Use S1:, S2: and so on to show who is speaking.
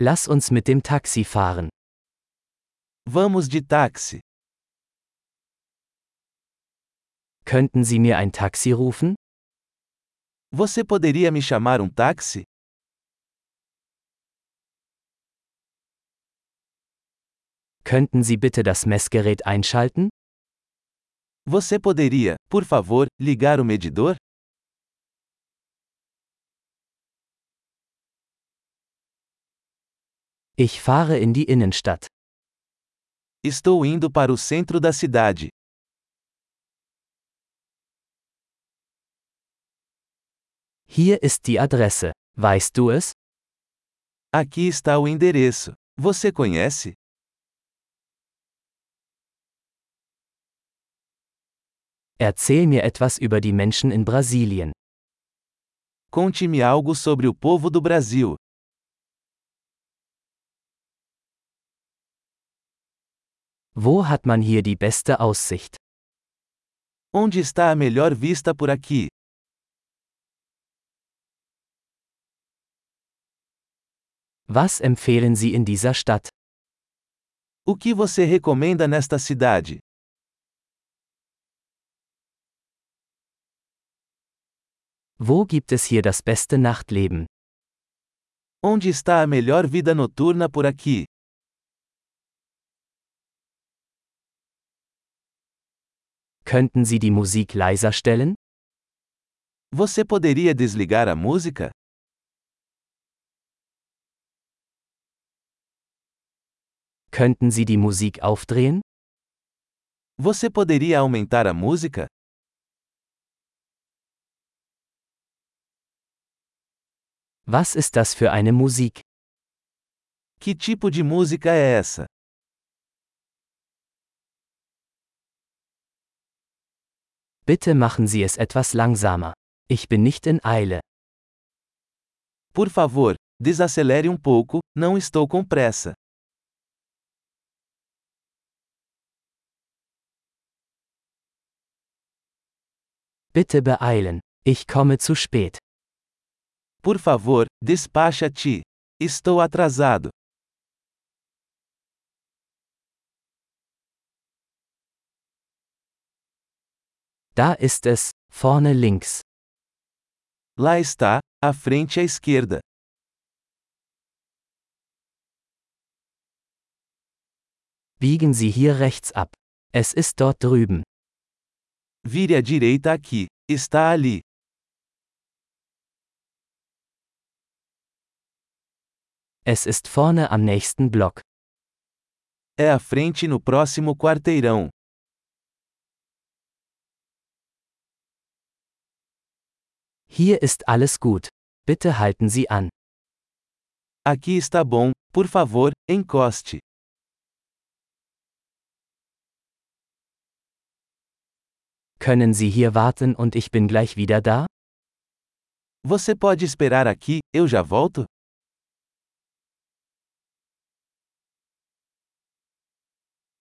S1: Lass uns mit dem Taxi fahren.
S2: Vamos de táxi.
S1: Könnten Sie mir ein Taxi rufen?
S2: Você poderia me chamar um táxi?
S1: Könnten Sie bitte das Messgerät einschalten?
S2: Você poderia, por favor, ligar o medidor?
S1: Ich fahre in die Innenstadt.
S2: Estou indo para o centro da cidade.
S1: Hier ist die Adresse. Weißt du es?
S2: Aqui está o endereço. Você conhece?
S1: Erzähl mir etwas über die Menschen in Brasilien.
S2: Conte-me algo sobre o povo do Brasil.
S1: Wo hat man hier die beste Aussicht?
S2: Onde está a melhor vista por aqui?
S1: Was empfehlen Sie in dieser Stadt?
S2: O que você recomenda nesta cidade?
S1: Wo gibt es hier das beste Nachtleben?
S2: Onde está a melhor vida noturna por aqui?
S1: Könnten Sie die Musik leiser stellen?
S2: Você poderia desligar a música?
S1: Könnten Sie die Musik aufdrehen?
S2: Você poderia aumentar a música?
S1: Was ist das für eine Musik?
S2: Que tipo de música é essa?
S1: Bitte machen Sie es etwas langsamer. Ich bin nicht in Eile.
S2: Por favor, desacelere um pouco, não estou com pressa.
S1: Bitte beeilen. Ich komme zu spät.
S2: Por favor, despacha-te. Estou atrasado.
S1: Da ist es, vorne links.
S2: Lá está, à frente à esquerda.
S1: Biegen Sie hier rechts ab. Es ist dort drüben.
S2: Vire à direita aqui. Está ali.
S1: Es ist vorne am nächsten Block.
S2: É à frente no próximo quarteirão.
S1: Hier ist alles gut. Bitte halten Sie an.
S2: Aqui está bom, por favor, encoste.
S1: Können Sie hier warten und ich bin gleich wieder da?
S2: Você pode esperar aqui, eu já volto?